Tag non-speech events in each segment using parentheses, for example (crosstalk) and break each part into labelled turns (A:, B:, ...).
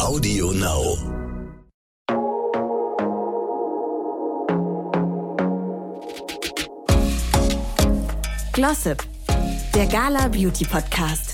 A: Audio Now.
B: Glossip, der Gala Beauty Podcast.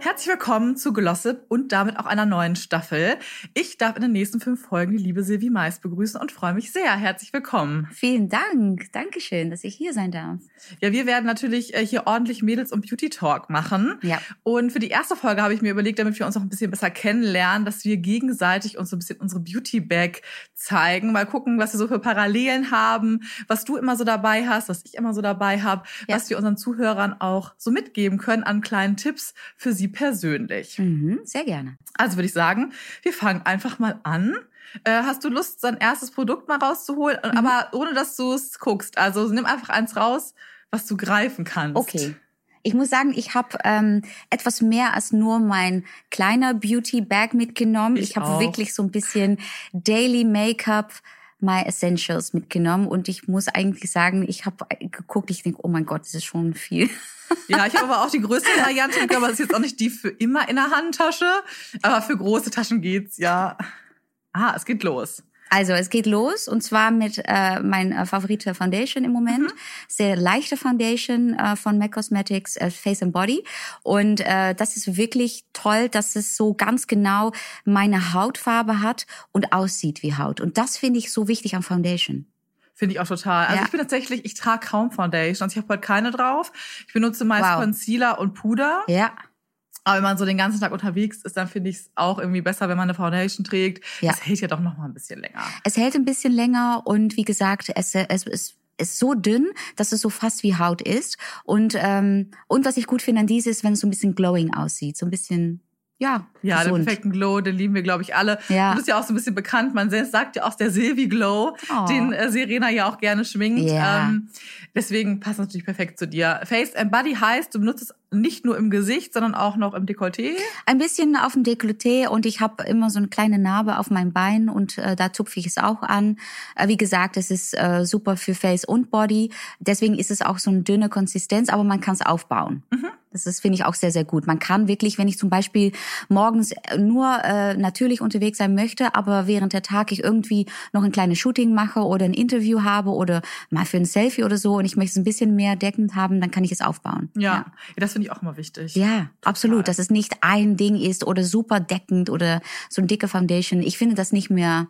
C: Herzlich willkommen zu Glossip und damit auch einer neuen Staffel. Ich darf in den nächsten fünf Folgen die liebe Silvi Mais begrüßen und freue mich sehr. Herzlich willkommen.
D: Vielen Dank. Dankeschön, dass ich hier sein darf.
C: Ja, wir werden natürlich äh, hier ordentlich Mädels- und Beauty-Talk machen.
D: Ja.
C: Und für die erste Folge habe ich mir überlegt, damit wir uns noch ein bisschen besser kennenlernen, dass wir gegenseitig uns so ein bisschen unsere Beauty-Bag zeigen. Mal gucken, was wir so für Parallelen haben, was du immer so dabei hast, was ich immer so dabei habe,
D: Ja.
C: was wir unseren Zuhörern auch so mitgeben können an kleinen Tipps für sie persönlich.
D: Mhm, sehr gerne.
C: Also würde ich sagen, wir fangen einfach mal an. Äh, hast du Lust, dein erstes Produkt mal rauszuholen,
D: Mhm.
C: Und- aber ohne dass du es guckst? Also nimm einfach eins raus, was du greifen kannst.
D: Okay. Ich muss sagen, ich habe ähm, etwas mehr als nur mein kleiner Beauty-Bag mitgenommen.
C: Ich
D: Ich, hab
C: auch.
D: habe wirklich so ein bisschen Daily Make-up, My Essentials mitgenommen. Und ich muss eigentlich sagen, ich habe geguckt, ich denke, oh mein Gott, das ist schon viel.
C: Ja, ich habe aber auch die
D: (laughs)
C: größte Variante, genommen, aber es ist jetzt auch nicht die für immer in der Handtasche. Aber für große Taschen geht's, ja. Ah, es geht los.
D: Also es geht los und zwar mit äh, mein äh, Favorite Foundation im
C: Mhm.
D: Moment, sehr leichte Foundation äh, von MAC Cosmetics äh, Face and Body und äh, das ist wirklich toll, dass es so ganz genau meine Hautfarbe hat und aussieht wie Haut und das finde ich so wichtig am Foundation.
C: Finde ich auch total. Also
D: Ja.
C: ich bin tatsächlich, ich trage kaum Foundation. Also ich habe heute keine drauf. Ich benutze meist
D: Wow.
C: Concealer und Puder.
D: Ja,
C: Aber wenn man so den ganzen Tag unterwegs ist, dann finde ich es auch irgendwie besser, wenn man eine Foundation trägt.
D: Ja.
C: Das hält ja doch noch mal ein bisschen länger.
D: es hält ein bisschen länger und wie gesagt, es, äh, es ist ist so dünn, dass es so fast wie Haut ist. Und, ähm, und was ich gut finde an diese ist, wenn es so ein bisschen glowing aussieht. So ein bisschen, ja,
C: Ja, den
D: gesund.
C: perfekten Glow, den lieben wir, glaube ich, alle.
D: Ja.
C: Du bist ja auch so ein bisschen bekannt. Man selbst sagt ja auch der Silvi Glow,
D: Oh.
C: den äh, Serena ja auch gerne schminkt.
D: Ja.
C: Ähm, deswegen passt das natürlich perfekt zu dir. Face and Body heißt, du benutzt es nicht nur im Gesicht, sondern auch noch im Dekolleté.
D: Ein bisschen auf dem Dekolleté und ich habe immer so eine kleine Narbe auf meinem Bein und äh, da tupfe ich es auch an. Äh, wie gesagt, es ist äh, super für Face und Body. Deswegen ist es auch so eine dünne Konsistenz, aber man kann es aufbauen. Das ist, finde ich, auch sehr, sehr gut. Man kann wirklich, wenn ich zum Beispiel morgens nur äh, natürlich unterwegs sein möchte, aber während der Tag ich irgendwie noch ein kleines Shooting mache oder ein Interview habe oder mal für ein Selfie oder so und ich möchte es ein bisschen mehr deckend haben, dann kann ich es aufbauen.
C: Ja, ja. das finde ich auch immer wichtig.
D: Ja, absolut. Dass es nicht ein Ding ist oder super deckend oder so eine dicke Foundation. Ich finde das nicht mehr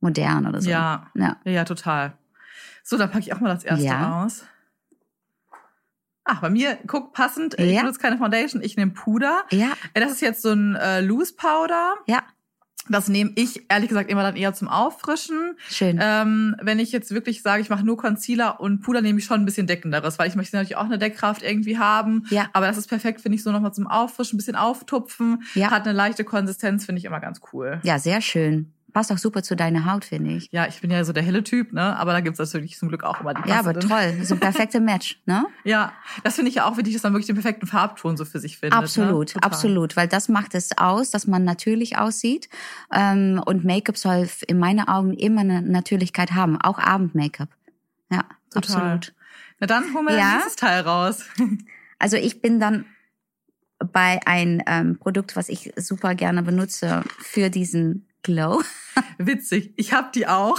D: modern oder so.
C: Ja.
D: Ja.
C: Ja, ja, total. So, dann packe ich auch mal das erste
D: Ja.
C: aus. Ach, bei mir, guck, passend, äh, ich
D: Ja.
C: benutze keine Foundation, ich nehme Puder.
D: Ja.
C: Äh, Das ist jetzt so ein äh, Loose Powder.
D: Ja.
C: Das nehme ich ehrlich gesagt immer dann eher zum Auffrischen.
D: Schön.
C: Ähm, wenn ich jetzt wirklich sage, ich mache nur Concealer und Puder, nehme ich schon ein bisschen deckenderes, weil ich möchte natürlich auch eine Deckkraft irgendwie haben.
D: Ja.
C: Aber das ist perfekt, finde ich, so nochmal zum Auffrischen, ein bisschen auftupfen.
D: Ja.
C: Hat eine leichte Konsistenz, finde ich immer ganz cool.
D: Ja, sehr schön. Passt auch super zu deiner Haut, finde ich.
C: Ja, ich bin ja so der helle Typ, ne? Aber da gibt's natürlich zum Glück auch immer die
D: Ja, aber
C: passenden. (laughs)
D: toll. So ein perfekter Match, ne?
C: Ja, das finde ich ja auch wichtig, dass man wirklich den perfekten Farbton so für sich findet.
D: Absolut,
C: ne? Total.
D: absolut. Weil das macht es aus, dass man natürlich aussieht. Ähm, und Make-up soll f- in meinen Augen immer eine Natürlichkeit haben. Auch Abend-Make-up. Ja,
C: Total.
D: absolut.
C: Na dann holen wir
D: Ja.
C: das nächste Teil raus.
D: Also ich bin dann bei ein ähm, Produkt, was ich super gerne benutze für diesen Glow.
C: Witzig, ich hab die auch.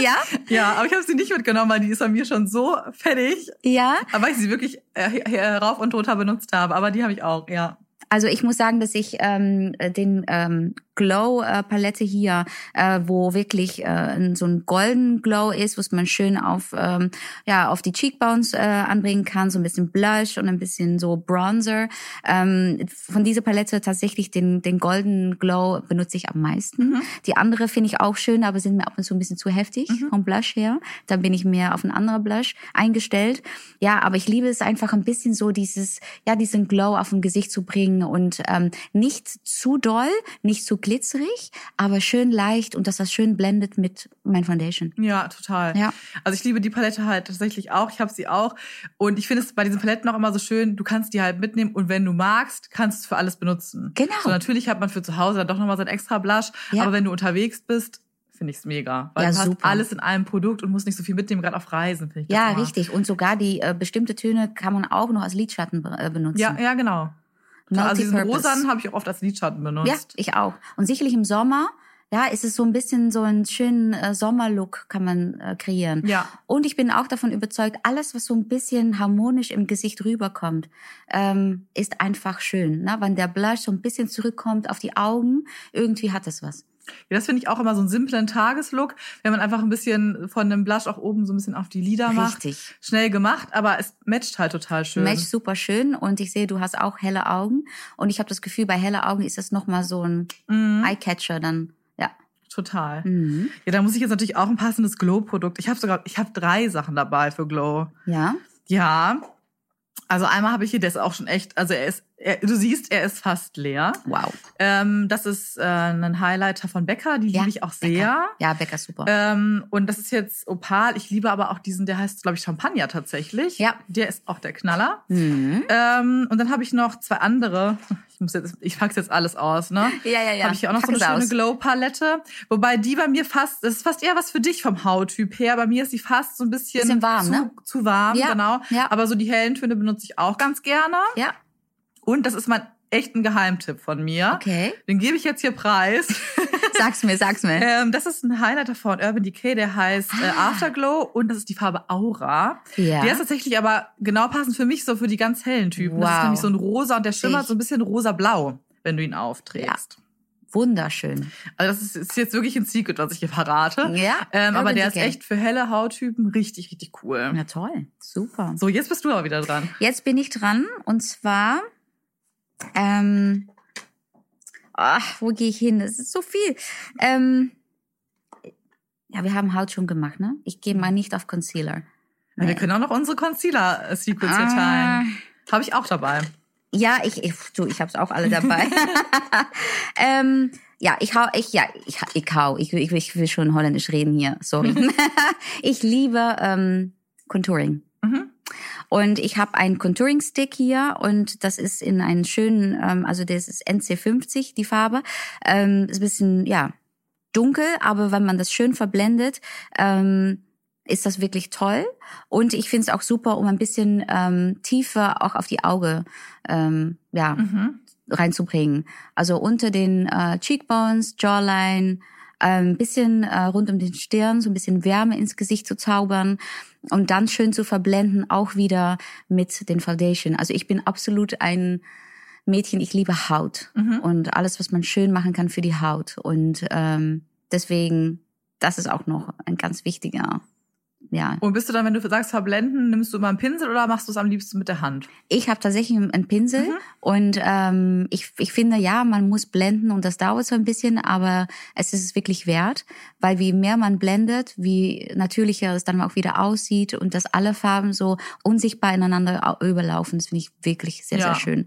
D: ja?
C: Ja, aber ich habe sie nicht mitgenommen, weil die ist bei mir schon so fertig,
D: Ja.
C: aber ich sie wirklich äh, hier- hier rauf und runter benutzt habe. Aber die habe ich auch, ja.
D: Also ich muss sagen, dass ich ähm, äh, den ähm, Glow-Palette hier, äh, wo wirklich äh, ein- so ein golden Glow ist, was man schön auf ähm, ja auf die Cheekbones äh, anbringen kann, so ein bisschen Blush und ein bisschen so Bronzer. Ähm, von dieser Palette tatsächlich den den golden Glow benutze ich am meisten.
C: Mhm.
D: Die andere finde ich auch schön, aber sind mir ab und zu ein bisschen zu heftig
C: Mhm.
D: vom Blush her. Da bin ich mehr auf einen anderen Blush eingestellt. Ja, aber ich liebe es einfach ein bisschen so dieses, ja, diesen Glow auf dem Gesicht zu bringen und ähm, nicht zu doll, nicht zu glitzerig, aber schön leicht und dass das schön blendet mit mein Foundation.
C: Ja, total.
D: Ja.
C: Also ich liebe die Palette halt tatsächlich auch. Ich habe sie auch. Und ich finde es bei diesen Paletten auch immer so schön, du kannst die halt mitnehmen und wenn du magst, kannst du es für alles benutzen.
D: Genau.
C: So natürlich hat man für zu Hause dann doch nochmal sein extra Blush,
D: Ja.
C: aber wenn du unterwegs bist, finde ich's mega. Weil
D: Ja,
C: du hast
D: super.
C: alles in einem Produkt und musst nicht so viel mitnehmen, gerade auf Reisen, finde ich. das
D: Ja,
C: immer.
D: richtig. Und sogar die äh, bestimmte Töne kann man auch noch als Lidschatten be äh, benutzen.
C: Ja, ja, genau. Also diesen
D: Multipurpose.
C: rosanen habe ich auch oft als Lidschatten benutzt.
D: Ja, ich auch. Und sicherlich im Sommer, ja, ist es so ein bisschen so einen schönen äh, Sommerlook kann man äh, kreieren.
C: Ja.
D: Und ich bin auch davon überzeugt, alles, was so ein bisschen harmonisch im Gesicht rüberkommt, ähm, ist einfach schön. Ne? Wenn der Blush so ein bisschen zurückkommt auf die Augen, irgendwie hat das was.
C: Ja, das finde ich auch immer so einen simplen Tageslook, wenn man einfach ein bisschen von dem Blush auch oben so ein bisschen auf die Lider macht.
D: Richtig.
C: Schnell gemacht, aber es matcht halt total schön.
D: Match super schön und ich sehe, du hast auch helle Augen und ich habe das Gefühl, bei helle Augen ist das noch mal so ein
C: Mhm,
D: Eyecatcher dann. Ja.
C: total.
D: Mhm.
C: Ja, da muss ich jetzt natürlich auch ein passendes Glow-Produkt. Ich habe sogar, ich habe drei Sachen dabei für Glow.
D: Ja.
C: Ja. Also einmal habe ich hier, der ist auch schon echt, also er ist, er, du siehst, er ist fast leer.
D: Wow.
C: Ähm, das ist äh, ein Highlighter von Becker, die
D: Ja,
C: liebe ich auch
D: Becker.
C: sehr.
D: Ja, Becker super.
C: Ähm, und das ist jetzt Opal. Ich liebe aber auch diesen, der heißt, glaube ich, Champagner tatsächlich.
D: Ja.
C: Der ist auch der Knaller.
D: Mhm.
C: Ähm, und dann habe ich noch zwei andere. Ich muss jetzt, ich pack's jetzt alles aus, ne?
D: Ja, ja, ja.
C: Habe ich hier auch noch
D: Pack
C: so
D: es
C: eine schöne
D: aus.
C: Glow-Palette. Wobei die bei mir fast, das ist fast eher was für dich vom Hauttyp her. Bei mir ist die fast so ein bisschen,
D: Bisschen warm,
C: zu,
D: ne?
C: zu warm,
D: Ja,
C: genau.
D: ja.
C: Aber so die hellen Töne benutze ich auch ganz gerne.
D: Ja,
C: Und das ist mein echten Geheimtipp von mir.
D: okay.
C: Den gebe ich jetzt hier
D: (laughs)
C: preis.
D: Sag's mir,
C: (laughs)
D: sag's mir.
C: ähm, das ist ein Highlighter von Urban Decay, der heißt äh, Afterglow und das ist die Farbe Aura.
D: Ah. Ja.
C: Der ist tatsächlich aber genau passend für mich so für die ganz hellen Typen. Das ist
D: Wow.
C: nämlich so ein rosa und der schimmert
D: Ich-
C: so ein bisschen rosa-blau, wenn du ihn aufträgst.
D: Wunderschön.
C: Also das ist, ist jetzt wirklich ein Secret, was ich hier verrate.
D: Ja,
C: Ähm, aber
D: Urban
C: der ist
D: Decay.
C: echt für helle Hauttypen richtig, richtig cool.
D: Na toll, super.
C: So, jetzt bist du aber wieder dran.
D: Jetzt bin ich dran und zwar, ähm, ach, wo gehe ich hin? Das ist so viel. Ähm, ja, wir haben Haut schon gemacht, ne? Ich gehe mal nicht auf Concealer.
C: Ja, Wir können auch noch unsere Concealer-Secrets hier
D: Ah.
C: teilen. Habe ich auch dabei.
D: Ja, ich, ich du, ich hab's auch
C: (laughs)
D: alle dabei. ähm, ja, ich hau, ich, ja, ich, ich hau, ich, will- ich, will- ich will schon holländisch reden hier, sorry. (laughs) ich liebe ähm, Contouring.
C: Mhm.
D: Und ich habe einen Contouring-Stick hier und das ist in einen schönen, ähm, also das ist NC50, die Farbe. Ähm, ist ein bisschen, ja, dunkel, aber wenn man das schön verblendet, ähm, ist das wirklich toll. Und ich finde es auch super, um ein bisschen ähm, tiefer auch auf die Auge ähm, ja,
C: Mhm.
D: reinzubringen. Also unter den äh, Cheekbones, Jawline, ein ähm, bisschen äh, rund um den Stirn, so ein bisschen Wärme ins Gesicht zu zaubern und dann schön zu verblenden, auch wieder mit den Foundation. Also ich bin absolut ein Mädchen, ich liebe Haut und alles, was man schön machen kann für die Haut. Und ähm, deswegen, das ist auch noch ein ganz wichtiger, ja,
C: Und bist du dann, wenn du sagst verblenden, nimmst du immer einen Pinsel oder machst du es am liebsten mit der Hand?
D: Ich habe tatsächlich einen Pinsel und ähm, ich, ich finde, ja, man muss blenden und das dauert so ein bisschen, aber es ist es wirklich wert, weil wie mehr man blendet, wie natürlicher es dann auch wieder aussieht und dass alle Farben so unsichtbar ineinander au- überlaufen, das finde ich wirklich sehr,
C: Ja.
D: sehr schön.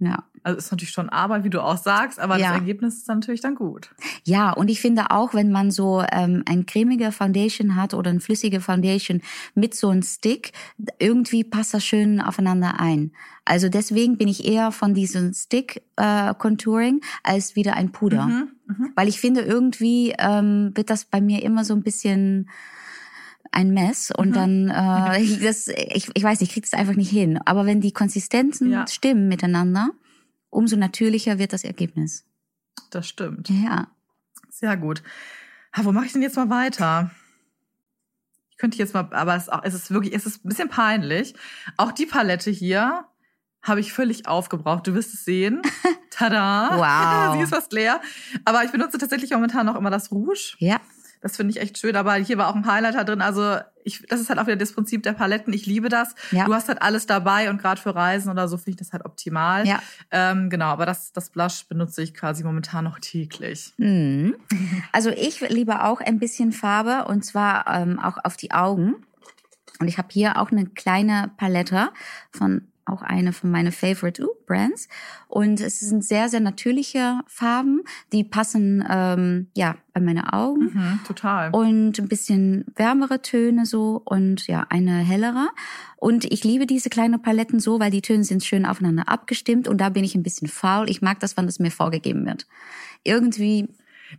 D: Ja.
C: Also ist natürlich schon Arbeit, wie du auch sagst, aber
D: Ja.
C: das Ergebnis ist dann natürlich dann gut.
D: Ja, und ich finde auch, wenn man so ähm, ein cremige Foundation hat oder eine flüssige Foundation mit so einem Stick, irgendwie passt das schön aufeinander ein. Also deswegen bin ich eher von diesem Stick-Contouring als wieder ein Puder.
C: Mhm.
D: Weil ich finde, irgendwie ähm, wird das bei mir immer so ein bisschen ein Mess
C: Mhm.
D: und dann äh, (laughs) ich, das, ich, ich weiß nicht, ich krieg das einfach nicht hin. Aber wenn die Konsistenzen
C: Ja.
D: stimmen miteinander, umso natürlicher wird das Ergebnis.
C: Das stimmt.
D: Ja.
C: Sehr gut. Ah, wo mache ich denn jetzt mal weiter? Ich könnte jetzt mal, aber es ist, auch, es ist wirklich, es ist ein bisschen peinlich. Auch die Palette hier habe ich völlig aufgebraucht. Du wirst es
D: (laughs)
C: sehen. Tada!
D: Wow.
C: (laughs) Sie ist fast leer. Aber ich benutze tatsächlich momentan noch immer das Rouge.
D: Ja.
C: Das finde ich echt schön, aber hier war auch ein Highlighter drin. Also ich, das ist halt auch wieder das Prinzip der Paletten. Ich liebe das.
D: Ja.
C: Du hast halt alles dabei und gerade für Reisen oder so finde ich das halt optimal.
D: Ja.
C: Ähm, genau, aber das, das Blush benutze ich quasi momentan noch täglich.
D: Mhm. Also ich liebe auch ein bisschen Farbe und zwar ähm, auch auf die Augen. Und ich habe hier auch eine kleine Palette von auch eine von meinen Favorite uh, Brands. Und es sind sehr, sehr natürliche Farben, die passen ähm, ja bei meine Augen.
C: Mhm, total.
D: Und ein bisschen wärmere Töne so und ja, eine hellere. Und ich liebe diese kleinen Paletten so, weil die Töne sind schön aufeinander abgestimmt und da bin ich ein bisschen faul. Ich mag das, wann das mir vorgegeben wird. Irgendwie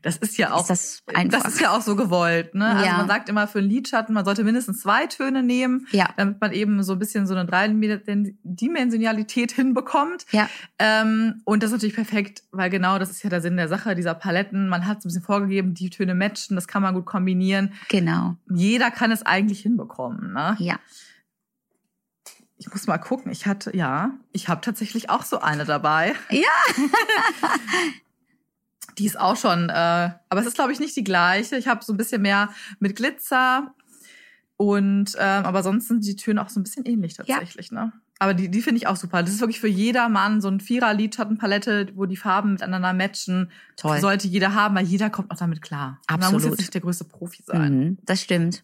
C: Das ist ja auch,
D: Ist das einfach?
C: das ist ja auch so gewollt, ne? Also
D: Ja.
C: man sagt immer für einen Lidschatten, man sollte mindestens zwei Töne nehmen,
D: Ja.
C: damit man eben so ein bisschen so eine Dreidimensionalität hinbekommt.
D: Ja.
C: Ähm, und das ist natürlich perfekt, weil genau das ist ja der Sinn der Sache dieser Paletten. Man hat so ein bisschen vorgegeben, die Töne matchen, das kann man gut kombinieren.
D: Genau.
C: Jeder kann es eigentlich hinbekommen, ne?
D: Ja.
C: Ich muss mal gucken. Ich hatte, ja, ich habe tatsächlich auch so eine dabei.
D: Ja.
C: (laughs) die ist auch schon, äh, aber es ist, glaube ich, nicht die gleiche. Ich habe so ein bisschen mehr mit Glitzer. Und ähm, aber sonst sind die Töne auch so ein bisschen ähnlich tatsächlich, ne? Aber die, die finde ich auch super. Das ist wirklich für jedermann so ein Vierer-Lidschattenpalette, wo die Farben miteinander matchen.
D: Toll.
C: Sollte jeder haben, weil jeder kommt auch damit klar. Man muss
D: Absolut.
C: jetzt nicht der größte Profi sein.
D: Mhm, das stimmt.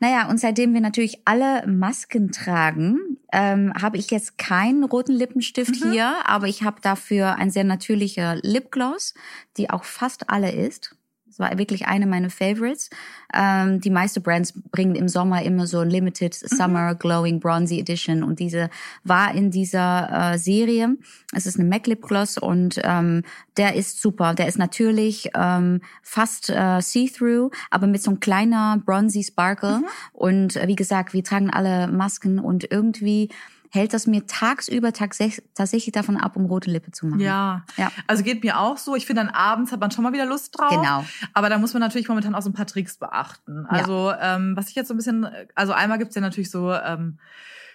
D: Naja, und seitdem wir natürlich alle Masken tragen, ähm, habe ich jetzt keinen roten Lippenstift hier, aber ich habe dafür ein sehr natürlicher Lipgloss, die auch fast alle ist. Das war wirklich eine meiner Favorites. Ähm, die meisten Brands bringen im Sommer immer so ein Limited Summer Glowing Bronzy Edition und diese war in dieser äh, Serie. Es ist eine MAC Lip Gloss und ähm, der ist super. Der ist natürlich ähm, fast äh, see-through, aber mit so einem kleiner bronzy Sparkle. Und äh, wie gesagt, wir tragen alle Masken und irgendwie hält das mir tagsüber tagsä- tatsächlich davon ab, um rote Lippe zu machen.
C: Ja.
D: Ja.
C: Also geht mir auch so. Ich finde, dann abends hat man schon mal wieder Lust drauf.
D: Genau.
C: Aber da muss man natürlich momentan auch so ein paar Tricks beachten. Also, ähm, was ich jetzt so ein bisschen, also einmal gibt's ja natürlich so ähm,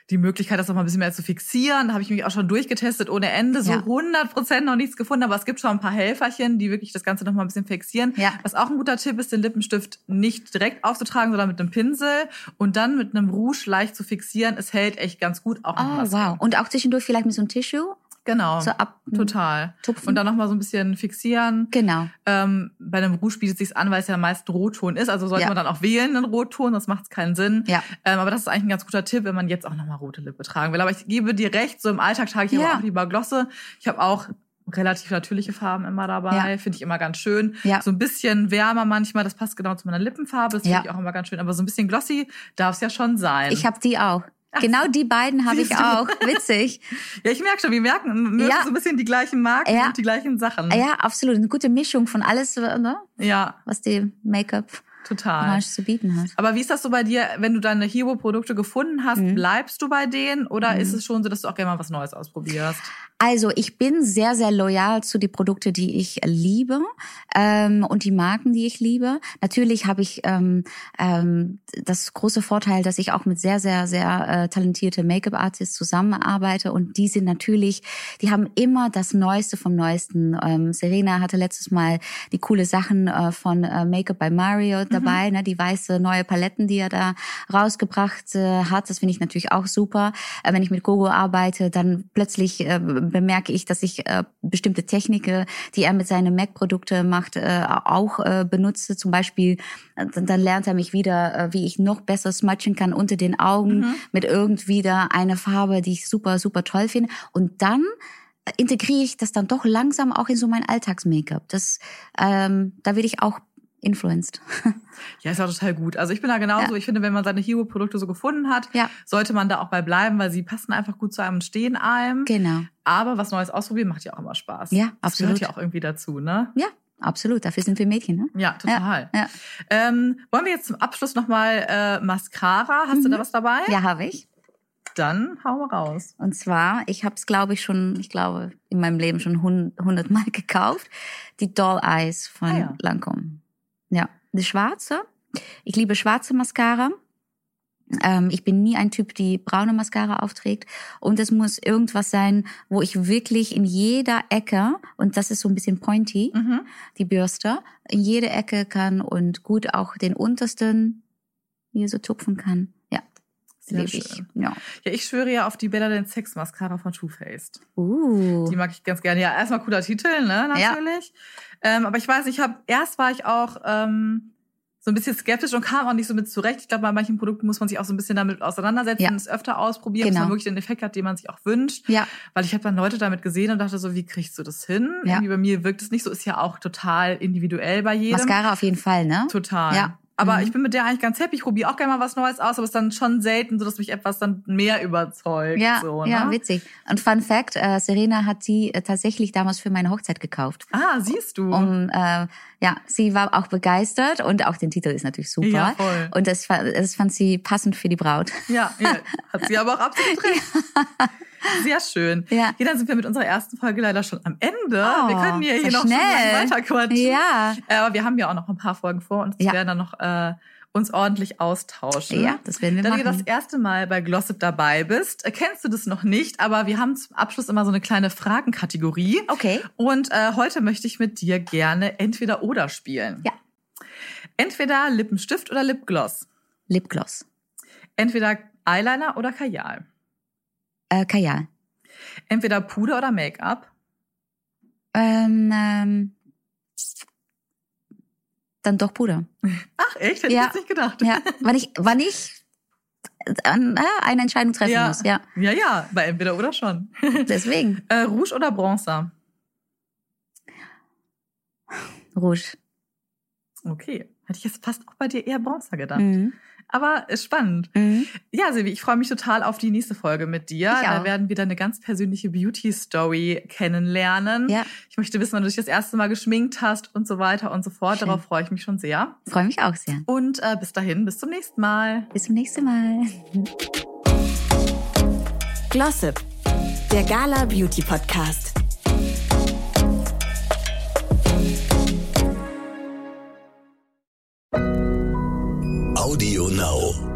C: die Möglichkeit, das noch mal ein bisschen mehr zu fixieren. Da habe ich mich auch schon durchgetestet ohne Ende, so
D: Ja.
C: 100 Prozent noch nichts gefunden, aber es gibt schon ein paar Helferchen, die wirklich das Ganze noch mal ein bisschen fixieren.
D: Ja.
C: Was auch ein guter Tipp ist, den Lippenstift nicht direkt aufzutragen, sondern mit einem Pinsel und dann mit einem Rouge leicht zu fixieren. Es hält echt ganz gut auch. mit
D: Oh,
C: Maske.
D: wow. Und auch zwischendurch vielleicht mit so einem Tissue.
C: Genau.
D: So ab.
C: Total.
D: Tupfen.
C: Und dann noch mal so ein bisschen fixieren.
D: Genau.
C: Ähm, bei einem Rouge bietet sich's an, weil es ja meist Rotton ist. Also sollte
D: Ja.
C: man dann auch wählen einen Rotton, sonst macht's keinen Sinn.
D: Ja.
C: Ähm, aber das ist eigentlich ein ganz guter Tipp, wenn man jetzt auch nochmal rote Lippe tragen will. Aber ich gebe dir recht, so im Alltag trage ich
D: Ja.
C: aber auch lieber Glosse. Ich habe auch relativ natürliche Farben immer dabei, finde ich immer ganz schön.
D: Ja.
C: So ein bisschen wärmer manchmal, das passt genau zu meiner Lippenfarbe, das
D: Ja.
C: finde ich auch immer ganz schön. Aber so ein bisschen glossy darf's ja schon sein.
D: Ich habe die auch. Genau die beiden habe ich
C: Ähm. Siehst du? (laughs)
D: auch. Witzig.
C: ja, ich merke schon, wir merken, wir
D: Ja.
C: so ein bisschen die gleichen Marken
D: Ja.
C: und die gleichen Sachen.
D: Ja, absolut. Eine gute Mischung von alles, ne?
C: ja
D: was die Make-up-Branche
C: total.
D: zu bieten hat.
C: Aber wie ist das so bei dir, wenn du deine Hero-Produkte gefunden hast,
D: Mhm.
C: bleibst du bei denen oder ist es schon so, dass du auch gerne mal was Neues ausprobierst?
D: Also ich bin sehr, sehr loyal zu den Produkten, die ich liebe ähm, und die Marken, die ich liebe. Natürlich habe ich ähm, ähm, das große Vorteil, dass ich auch mit sehr, sehr, sehr äh, talentierte Make-up-Artists zusammenarbeite und die sind natürlich, die haben immer das Neueste vom Neuesten. Ähm, Serena hatte letztes Mal die coole Sachen äh, von äh, Make-up by Mario dabei, ne, die weiße neue Paletten, die er da rausgebracht äh, hat. Das finde ich natürlich auch super. Äh, wenn ich mit Gogo arbeite, dann plötzlich äh, bemerke ich, dass ich äh, bestimmte Techniken, die er mit seinen Mac-Produkten macht, äh, auch äh, benutze. Zum Beispiel, äh, dann, dann lernt er mich wieder, äh, wie ich noch besser smudgen kann unter den Augen mit irgendwie da einer Farbe, die ich super, super toll finde. Und dann äh, integriere ich das dann doch langsam auch in so mein Alltags-Make-up. Das, ähm, da werde ich auch influenced.
C: Ja, ist auch total gut. Also ich bin da genauso. Ich finde, wenn man seine Hero-Produkte so gefunden hat,
D: Ja.
C: sollte man da auch bei bleiben, weil sie passen einfach gut zu einem und stehen einem.
D: genau.
C: Aber was Neues ausprobieren macht ja auch immer Spaß.
D: Ja,
C: Das gehört
D: absolut.
C: ja auch irgendwie dazu, ne?
D: Ja, absolut. Dafür sind wir Mädchen, ne?
C: Ja, total.
D: Ja.
C: Ähm, wollen wir jetzt zum Abschluss nochmal äh, Mascara? Hast du da was dabei?
D: Mhm. Ja, habe ich.
C: Dann hau mal raus.
D: Und zwar, ich habe es, glaube ich, schon, ich glaube, in meinem Leben schon hun- 100 Mal (laughs) gekauft. Die Doll Eyes von
C: Ah, ja.
D: Lancôme. Ja, die schwarze. Ich liebe schwarze Mascara. Ähm, ich bin nie ein Typ, die braune Mascara aufträgt. Und es muss irgendwas sein, wo ich wirklich in jeder Ecke, und das ist so ein bisschen pointy,
C: Mhm.
D: die Bürste, in jede Ecke kann und gut auch den untersten hier so tupfen kann. Ja,
C: Sehr
D: liebe ich.
C: schön.
D: Ja.
C: Ja, ich schwöre ja auf die Better Than Sex Mascara von Too Faced.
D: Uh.
C: Die mag ich ganz gerne. Ja, erstmal cooler Titel, ne?
D: Ja.
C: Natürlich. Ähm, aber ich weiß, ich habe erst war ich auch ähm, so ein bisschen skeptisch und kam auch nicht so mit zurecht. Ich glaube, bei manchen Produkten muss man sich auch so ein bisschen damit auseinandersetzen,
D: Ja.
C: und es öfter ausprobieren,
D: Genau.
C: bis man wirklich den Effekt hat, den man sich auch wünscht.
D: Ja.
C: Weil ich habe dann Leute damit gesehen und dachte so, wie kriegst du das hin?
D: Ja.
C: Irgendwie bei mir wirkt es nicht so. Ist ja auch total individuell bei jedem.
D: Mascara auf jeden Fall, ne?
C: Total.
D: Ja.
C: Aber ich bin mit der eigentlich ganz happy. Ich probiere auch gerne mal was Neues aus, aber es ist dann schon selten, so dass mich etwas dann mehr überzeugt.
D: Ja,
C: so,
D: ja,
C: ne?
D: witzig. Und Fun Fact, äh, Serena hat die äh, tatsächlich damals für meine Hochzeit gekauft.
C: Ah, siehst du.
D: Um, äh, ja, sie war auch begeistert und auch den Titel ist natürlich super.
C: Ja, voll.
D: Und das, fa- das fand sie passend für die Braut. (laughs)
C: Ja, ja, hat sie aber auch absolut recht. Sehr schön.
D: Ja.
C: Hier, dann sind wir mit unserer ersten Folge leider schon am Ende.
D: Oh,
C: wir können hier,
D: so
C: hier noch
D: schnell.
C: weiter quatschen.
D: Ja.
C: Äh, Aber wir haben ja auch noch ein paar Folgen vor uns. Wir
D: Ja.
C: werden dann noch äh, uns ordentlich austauschen.
D: Ja, das werden wir
C: da
D: machen.
C: du das erste Mal bei Glossip dabei bist, äh, kennst du das noch nicht, aber wir haben zum Abschluss immer so eine kleine Fragenkategorie.
D: Okay.
C: Und äh, heute möchte ich mit dir gerne entweder oder spielen.
D: Ja.
C: Entweder Lippenstift oder Lipgloss.
D: Lipgloss.
C: Entweder Eyeliner oder Kajal.
D: Äh, Kajal.
C: Entweder Puder oder Make-up.
D: Ähm, ähm, dann doch Puder.
C: Ach, echt? Hätte
D: Ja.
C: ich jetzt nicht gedacht.
D: Ja,
C: (laughs)
D: wann ich, wann ich an, äh, eine Entscheidung treffen
C: Ja.
D: muss. Ja,
C: ja, ja, bei entweder oder schon.
D: deswegen.
C: Äh, Rouge oder Bronzer?
D: Rouge.
C: Okay. Hätte ich jetzt fast auch bei dir eher Bronzer gedacht.
D: Mhm.
C: Aber ist spannend.
D: Mhm.
C: Ja, Silvi, ich freue mich total auf die nächste Folge mit dir.
D: Ich
C: Da
D: auch.
C: werden wir deine ganz persönliche Beauty-Story kennenlernen.
D: Ja.
C: Ich möchte wissen, wann du dich das erste Mal geschminkt hast und so weiter und so fort.
D: Schön.
C: Darauf freue ich mich schon sehr.
D: Freue mich auch sehr.
C: Und äh, bis dahin, bis zum nächsten Mal.
D: Bis zum nächsten Mal.
B: Glossip, der Gala Beauty Podcast.
A: Audio Now.